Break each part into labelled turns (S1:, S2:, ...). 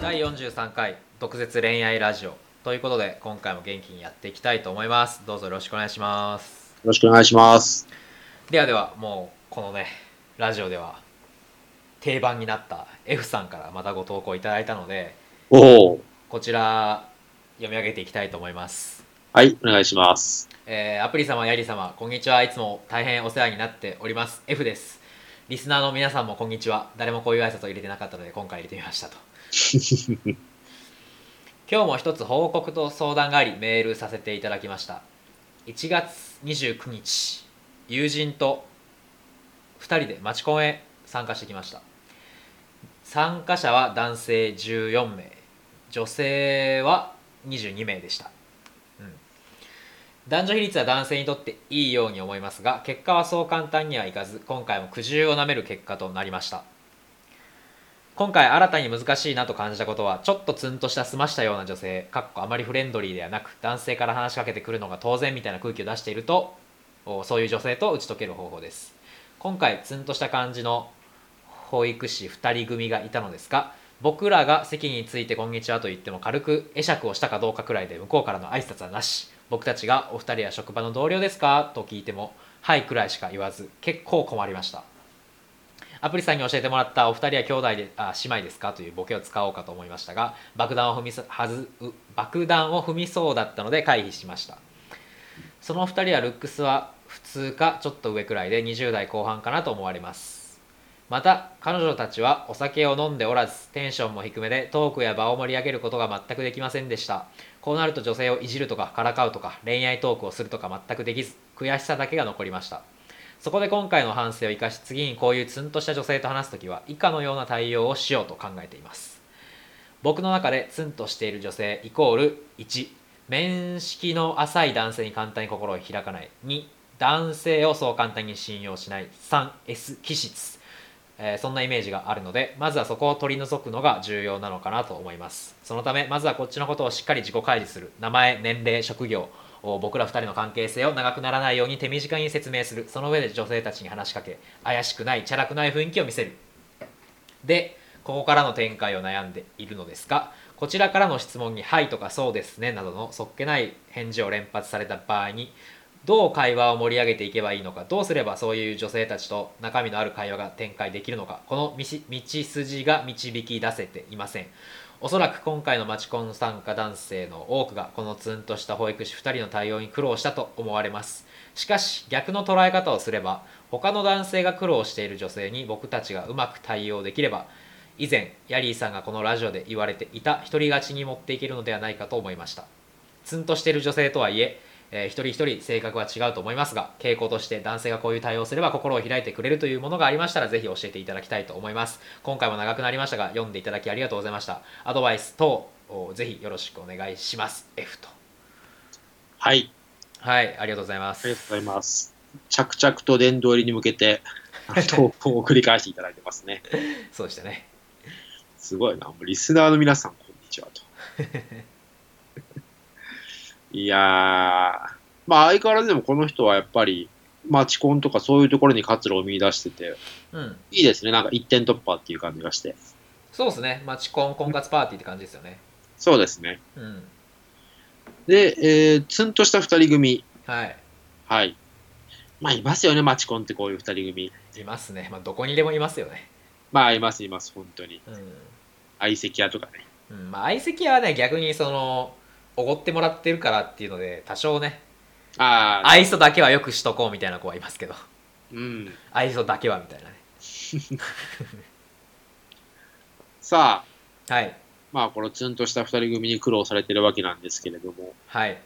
S1: 73回毒舌恋愛ラジオということで今回も元気にやっていきたいと思いますどうぞよろしくお願いします
S2: ろしくお願いします。
S1: ではではもうこのねラジオでは定番になった F さんからまたご投稿いただいたので
S2: おお。
S1: こちら読み上げていきたいと思います
S2: はい、お願いします。
S1: えーアプリ様やり様こんにちはいつも大変お世話になっております F ですリスナーの皆さんもこんにちは誰もこういう挨拶を入れてなかったので今回入れてみましたと今日も一つ報告と相談がありメールさせていただきました1月29日友人と2人で町コンへ参加してきました参加者は男性14名女性は22名でした、うん、男女比率は男性にとっていいように思いますが結果はそう簡単にはいかず今回も苦渋をなめる結果となりました今回新たに難しいなと感じたことはちょっとツンとした澄ましたような女性かっこあまりフレンドリーではなく男性から話しかけてくるのが当然みたいな空気を出しているとおそういう女性と打ち解ける方法です今回ツンとした感じの保育士2人組がいたのですが僕らが席について「こんにちは」と言っても軽く会釈をしたかどうかくらいで向こうからの挨拶はなし僕たちが「お二人は職場の同僚ですか?」と聞いても「はい」くらいしか言わず結構困りましたアプリさんに教えてもらったお二人は兄弟であ姉妹ですかというボケを使おうかと思いましたが爆弾を踏みそはずう爆弾を踏みそうだったので回避しましたその二人はルックスは普通かちょっと上くらいで20代後半かなと思われますまた彼女たちはお酒を飲んでおらずテンションも低めでトークや場を盛り上げることが全くできませんでしたこうなると女性をいじるとかからかうとか恋愛トークをするとか全くできず悔しさだけが残りましたそこで今回の反省を生かし次にこういうツンとした女性と話す時は以下のような対応をしようと考えています僕の中でツンとしている女性イコール1面識の浅い男性に簡単に心を開かない2男性をそう簡単に信用しない 3S 気質、えーそんなイメージがあるのでまずはそこを取り除くのが重要なのかなと思いますそのためまずはこっちのことをしっかり自己開示する名前年齢職業お僕ら2人の関係性を長くならないように手短に説明するその上で女性たちに話しかけ怪しくないチャラくない雰囲気を見せるでここからの展開を悩んでいるのですがこちらからの質問に「はい」とか「そうですね」などのそっけない返事を連発された場合にどう会話を盛り上げていけばいいのかどうすればそういう女性たちと中身のある会話が展開できるのかこの道道筋が導き出せていませんおそらく今回のマチコン参加男性の多くがこのツンとした保育士2人の対応に苦労したと思われますしかし逆の捉え方をすれば他の男性が苦労している女性に僕たちがうまく対応できれば以前ヤリーさんがこのラジオで言われていた独り勝ちに持っていけるのではないかと思いましたツンとしている女性とはいええー一人一人性格は違うと思いますが傾向として男性がこういう対応をすれば心を開いてくれるというものがありましたらぜひ教えていただきたいと思います今回も長くなりましたが読んでいただきありがとうございましたアドバイス等をぜひよろしくお願いします F と
S2: はい、
S1: はいありがとうございま
S2: あり
S1: す
S2: がとうございます。着々と殿堂入りに向け て、あの投稿を繰り返していただいてますね。
S1: そうでしたね
S2: すごいな。もうリスナーの皆さん、こんにちはと。 いやー、まあ相変わらずでもこの人はやっぱり、マチコンとかそういうところに活路を見出してて、
S1: うん
S2: いいですね。なんか一点突破っていう感じがして。
S1: そうですねマチコン婚活パーティーって感じですよね
S2: そうですね。
S1: うん
S2: で、えー、ツンとした二人組。
S1: はい
S2: はい。まあいますよね、マチコンってこういう二人組。
S1: いますねまあどこにでもいますよね
S2: まあ、います、います、本当に。
S1: うん
S2: 相席屋とかね。
S1: うん、まあ相席屋はね逆にそのおごってもらってるからっていうので多少ね
S2: ああ、
S1: 愛想だけはよくしとこうみたいな子はいますけど
S2: うん。
S1: 愛想だけはみたいなね
S2: さあ、
S1: はい
S2: まあ、このツンとした二人組に苦労されてるわけなんですけれども、
S1: はい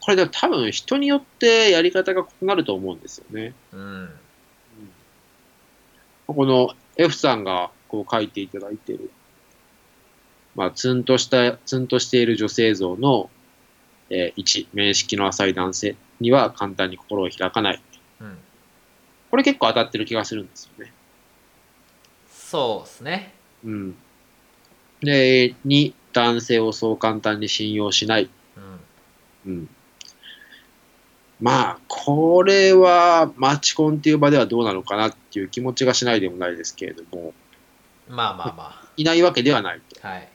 S2: これでも多分人によってやり方が異なると思うんですよね。
S1: うん
S2: この F さんがこう書いていただいている、まあ、ツンとした、ツンとしている女性像の、えー1、面識の浅い男性には簡単に心を開かない。
S1: うん
S2: これ結構当たってる気がするんですよね。
S1: そうですね
S2: うん。で、2、男性をそう簡単に信用しない。
S1: うん
S2: うん。まあ、これは、マチコンっていう場ではどうなのかなっていう気持ちがしないでもないですけれども、
S1: まあまあまあ
S2: いないわけではない
S1: はい。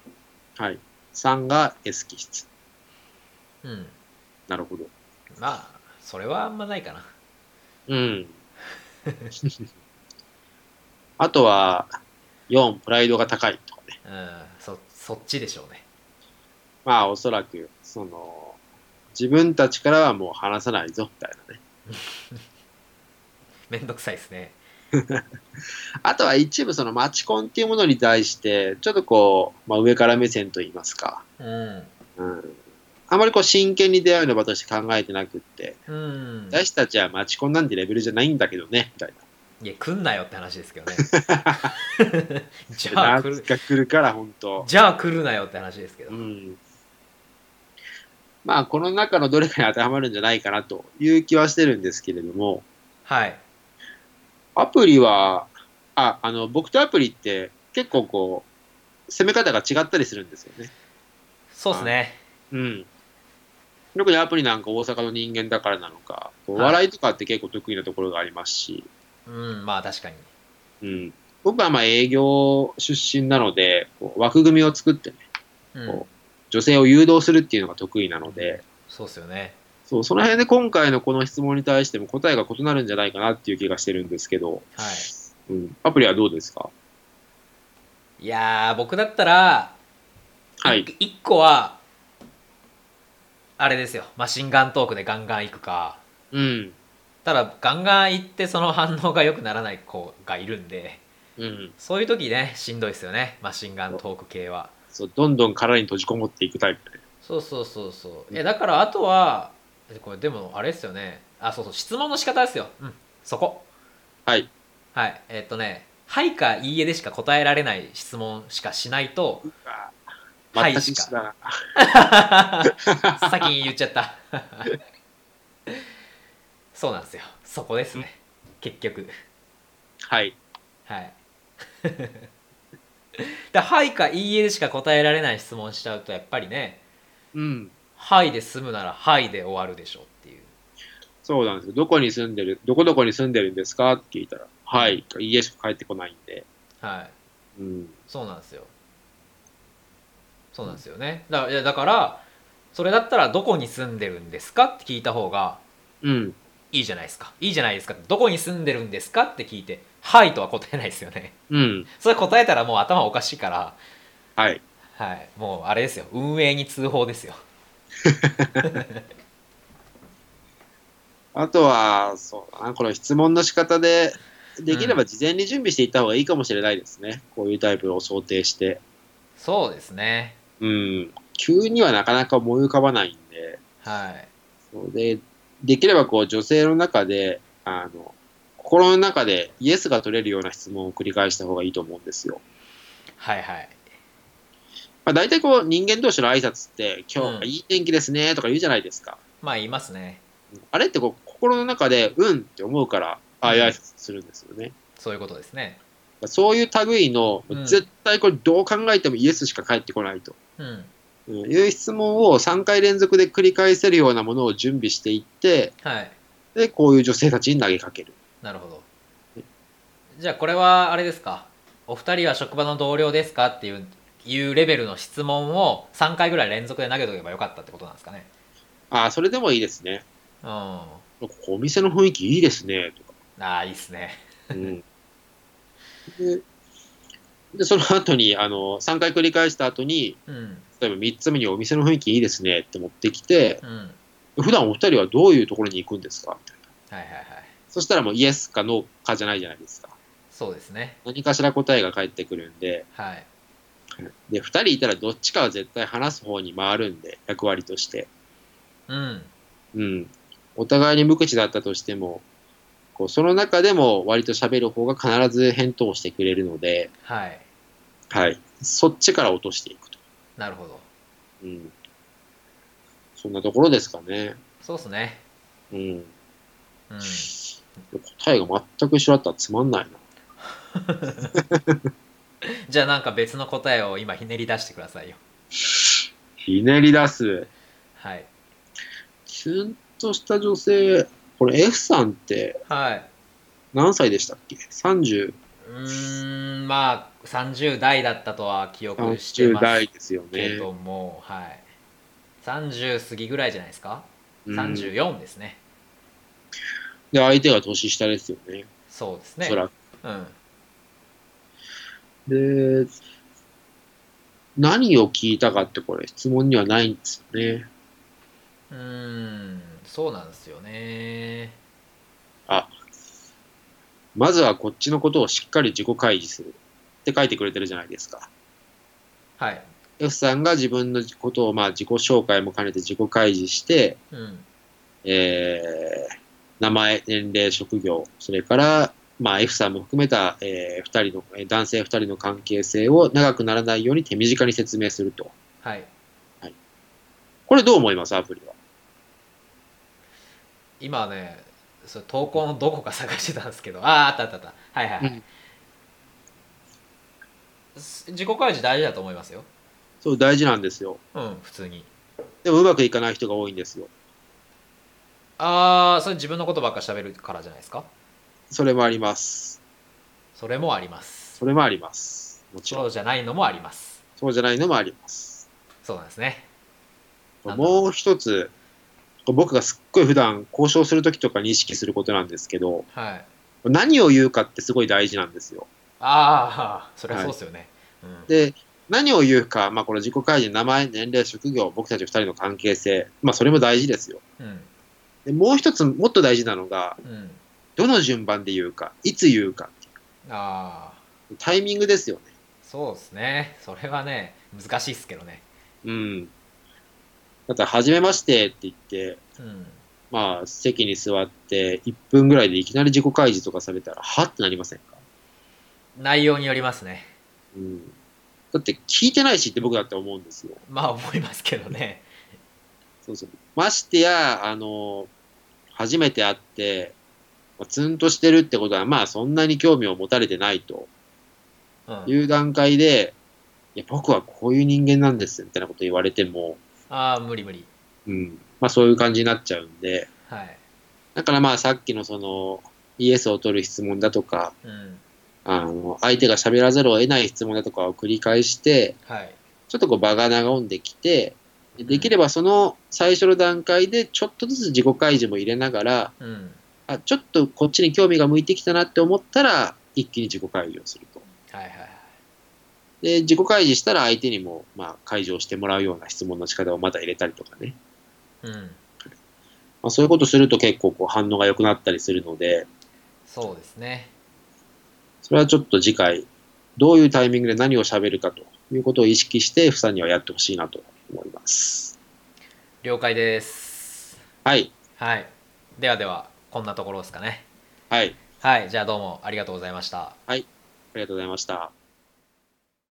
S2: と。はい。3が S 気質。
S1: うん。
S2: なるほど。
S1: まあ、それはあんまないかな。
S2: うん。あとは、4、プライドが高いとかね。
S1: うん。そ、そっちでしょうね。
S2: まあ、おそらく、その、自分たちからはもう話さないぞ、みたいなね。
S1: めんどくさいですね。
S2: あとは一部、その、マチコンっていうものに対して、ちょっとこう、まあ、上から目線といいますか、
S1: うん。
S2: うん。あまりこう、真剣に出会うの場として考えてなくって、
S1: うん。
S2: 私たちはマチコンなんてレベルじゃないんだけどね、みたいな。
S1: いや、来んなよって話ですけどね。じゃあ来
S2: 夏
S1: る、
S2: が来るから、本当
S1: じゃあ来るなよって話ですけど。
S2: うん。まあ、この中のどれかに当てはまるんじゃないかなという気はしてるんですけれども、
S1: はい。
S2: アプリは、あ、あの、僕とアプリって結構こう、攻め方が違ったりするんですよね。
S1: そうですね。
S2: うん。特にアプリなんか大阪の人間だからなのか、こう
S1: はい
S2: 笑いとかって結構得意なところがありますし、
S1: うん、まあ確かに。
S2: うん。僕はまあ営業出身なので、こう枠組みを作ってね、
S1: うん
S2: こ。う女性を誘導するっていうのが得意なので、
S1: そうっすよね。
S2: そう、その辺で今回のこの質問に対しても答えが異なるんじゃないかなっていう気がしてるんですけど、
S1: はい。
S2: うん、アプリはどうですか
S1: いやー、僕だったら、
S2: はい。
S1: 1個は、あれですよ。マシンガントークでガンガン行くか。
S2: うん。
S1: ただ、ガンガン行ってその反応が良くならない子がいるんで、
S2: うん。
S1: そういう時ね、しんどいですよね。マシンガントーク系は。
S2: そう、どんどん殻に閉じこもっていくタイプで。
S1: そうそうそうそう。え、だからあとは、えこれでもあれですよね。あ、そうそう、質問の仕方ですよ。うん、そこ。
S2: はい。
S1: はい。えっとね、はいかいいえでしか答えられない質問しかしないと、はい
S2: 全く一緒だな。
S1: 先に言っちゃった。そうなんですよ。そこですね。結局。
S2: はい。
S1: はい。 だはいかいいえでしか答えられない質問しちゃうと、やっぱりね、
S2: うん。
S1: はいで済むならはいで終わるでしょうっていう。
S2: そうなんですよ。どこに住んでる、どこどこに住んでるんですかって聞いたら、はい。いいえしか帰ってこないんで。
S1: はい。
S2: うん。
S1: そうなんですよそうなんですよねだいやだからそれだったらどこに住んでるんですかって聞いた方が
S2: うん。
S1: いいじゃないですかいいじゃないですかどこに住んでるんですかって聞いて「はい」とは答えないですよね
S2: うん。
S1: それ答えたらもう頭おかしいから
S2: はい。
S1: はいもうあれですよ運営に通報ですよ
S2: あとは、そうだな、この質問の仕方で、できれば事前に準備していった方がいいかもしれないですね。こういうタイプを想定して。
S1: そうですね
S2: うん、急にはなかなか思い浮かばないんで、
S1: はい
S2: そうで、できればこう女性の中で、あの、心の中でイエスが取れるような質問を繰り返した方がいいと思うんですよ。
S1: はいはい
S2: まあ、大体こう人間同士の挨拶って、今日
S1: う
S2: は
S1: ん
S2: いい天気ですねとか言うじゃないですか。
S1: まあ言いますね
S2: あれってこう心の中で、うんって思うから、ああいう挨拶するんですよね。
S1: そういうことですね
S2: そういう類の
S1: う、ん
S2: 絶対これどう考えてもイエスしか返ってこないと。
S1: うん
S2: うんいう質問を3回連続で繰り返せるようなものを準備していって、
S1: はい
S2: で、こういう女性たちに投げかける。
S1: なるほどじゃあこれはあれですかお二人は職場の同僚ですかっていういうレベルの質問を3回ぐらい連続で投げとけばよかったってことなんですかね
S2: ああ、それでもいいですね。
S1: うんあ
S2: ここお店の雰囲気いいですね、 と
S1: あいいっすね
S2: か。うん、でで、その後に、あの、3回繰り返した後に、
S1: うん
S2: 例えば3つ目にお店の雰囲気いいですねって持ってきて、
S1: うんはい
S2: 普段お二人はどういうところに行くんですかみたいな
S1: はいはい
S2: そしたらもうイエスかノーかじゃないじゃないですか。
S1: そうですね
S2: 何かしら答えが返ってくるんで、
S1: はい
S2: で、2人いたらどっちかは絶対話す方に回るんで、役割として。
S1: うん
S2: うん。お互いに無口だったとしても、こうその中でも割と喋る方が必ず返答をしてくれるので、
S1: はい
S2: はい。そっちから落としていくと。
S1: なるほど
S2: うん。そんなところですかね。
S1: そうっすね
S2: うん。
S1: うん
S2: 答えが全く一緒だったらつまんないな。
S1: じゃあなんか別の答えを今ひねり出してくださいよ
S2: ひねり出す。
S1: はい
S2: キュンとした女性、これ F さんって
S1: はい
S2: 何歳でしたっけ ?30。
S1: うーんまあ30代だったとは記憶して
S2: 30
S1: ま
S2: 代
S1: す
S2: ですよ
S1: け
S2: ね。
S1: ども、はい、30過ぎぐらいじゃないですか
S2: うん
S1: 34ですね、
S2: で、相手が年下ですよね。
S1: そうです
S2: お
S1: ね
S2: そらく。
S1: うん、
S2: で、何を聞いたかってこれ質問にはないんですよね。
S1: うーんそうなんですよね
S2: まずはこっちのことをしっかり自己開示するって書いてくれてるじゃないですか。
S1: はい
S2: F さんが自分のことをまあ自己紹介も兼ねて自己開示して、
S1: うん
S2: えー名前、年齢、職業、それから、まあ、F さんも含めた、えー二人の、えー男性2人の関係性を長くならないように手短に説明すると。
S1: はい
S2: これどう思いますアプリは。
S1: 今ねそれ投稿のどこか探してたんですけどあああったあったあったはいはい、はいす自己開示大事だと思いますよ
S2: そう、大事なんですよ。
S1: うん普通に
S2: でもうまくいかない人が多いんですよ。
S1: ああそれ自分のことばっか喋るからじゃないですか
S2: それもあります。
S1: それもあります
S2: それもあります。もちろん。
S1: そうじゃないのもあります
S2: そうじゃないのもあります。
S1: そうなんですねなんだろう
S2: もう一つ、僕がすっごい普段交渉するときとかに意識することなんですけど、
S1: はい
S2: 何を言うかってすごい大事なんですよ。
S1: ああそれはそうですよね、うん
S2: で、何を言うか、まあこれ自己開示、名前、年齢、職業、僕たち二人の関係性、まあそれも大事ですよ。
S1: うん
S2: でもう一つ、もっと大事なのが、
S1: うん
S2: どの順番で言うか、いつ言うか、
S1: ああ
S2: タイミングですよね。
S1: そうですねそれはね難しいっすけどね
S2: うん。だったら、はじめましてって言って、
S1: うん
S2: まあ席に座って1分ぐらいでいきなり自己開示とかされたら、はってなりませんか
S1: 内容によりますね
S2: うん。だって聞いてないしって僕だって思うんですよ。
S1: まあ思いますけどね
S2: そうそう。ましてや、あの、初めて会って、まあ、ツンとしてるってことは、まあそんなに興味を持たれてないと
S1: うん
S2: いう段階で、いや、僕はこういう人間なんですみたいなこと言われても、
S1: ああ無理無理
S2: うん。まあそういう感じになっちゃうんで、
S1: はい
S2: だからまあさっきのその、イエスを取る質問だとか、
S1: うん
S2: あの、相手が喋らざるを得ない質問だとかを繰り返して、
S1: はい
S2: ちょっとこう場が和んできて、でできればその最初の段階でちょっとずつ自己開示も入れながら、
S1: うん
S2: あ、ちょっとこっちに興味が向いてきたなって思ったら、一気に自己開示をすると。
S1: はいはいはい
S2: で、自己開示したら相手にも、まあ、開示をしてもらうような質問の仕方をまた入れたりとかね。
S1: うん
S2: まあ、そういうことすると結構こう反応が良くなったりするので、
S1: そうですね
S2: それはちょっと次回、どういうタイミングで何を喋るかということを意識して、F さんにはやってほしいなと思います。
S1: 了解です
S2: はい。
S1: はいではではこんなところですかね
S2: はい。
S1: はいじゃあどうもありがとうございました
S2: ありがとうございました。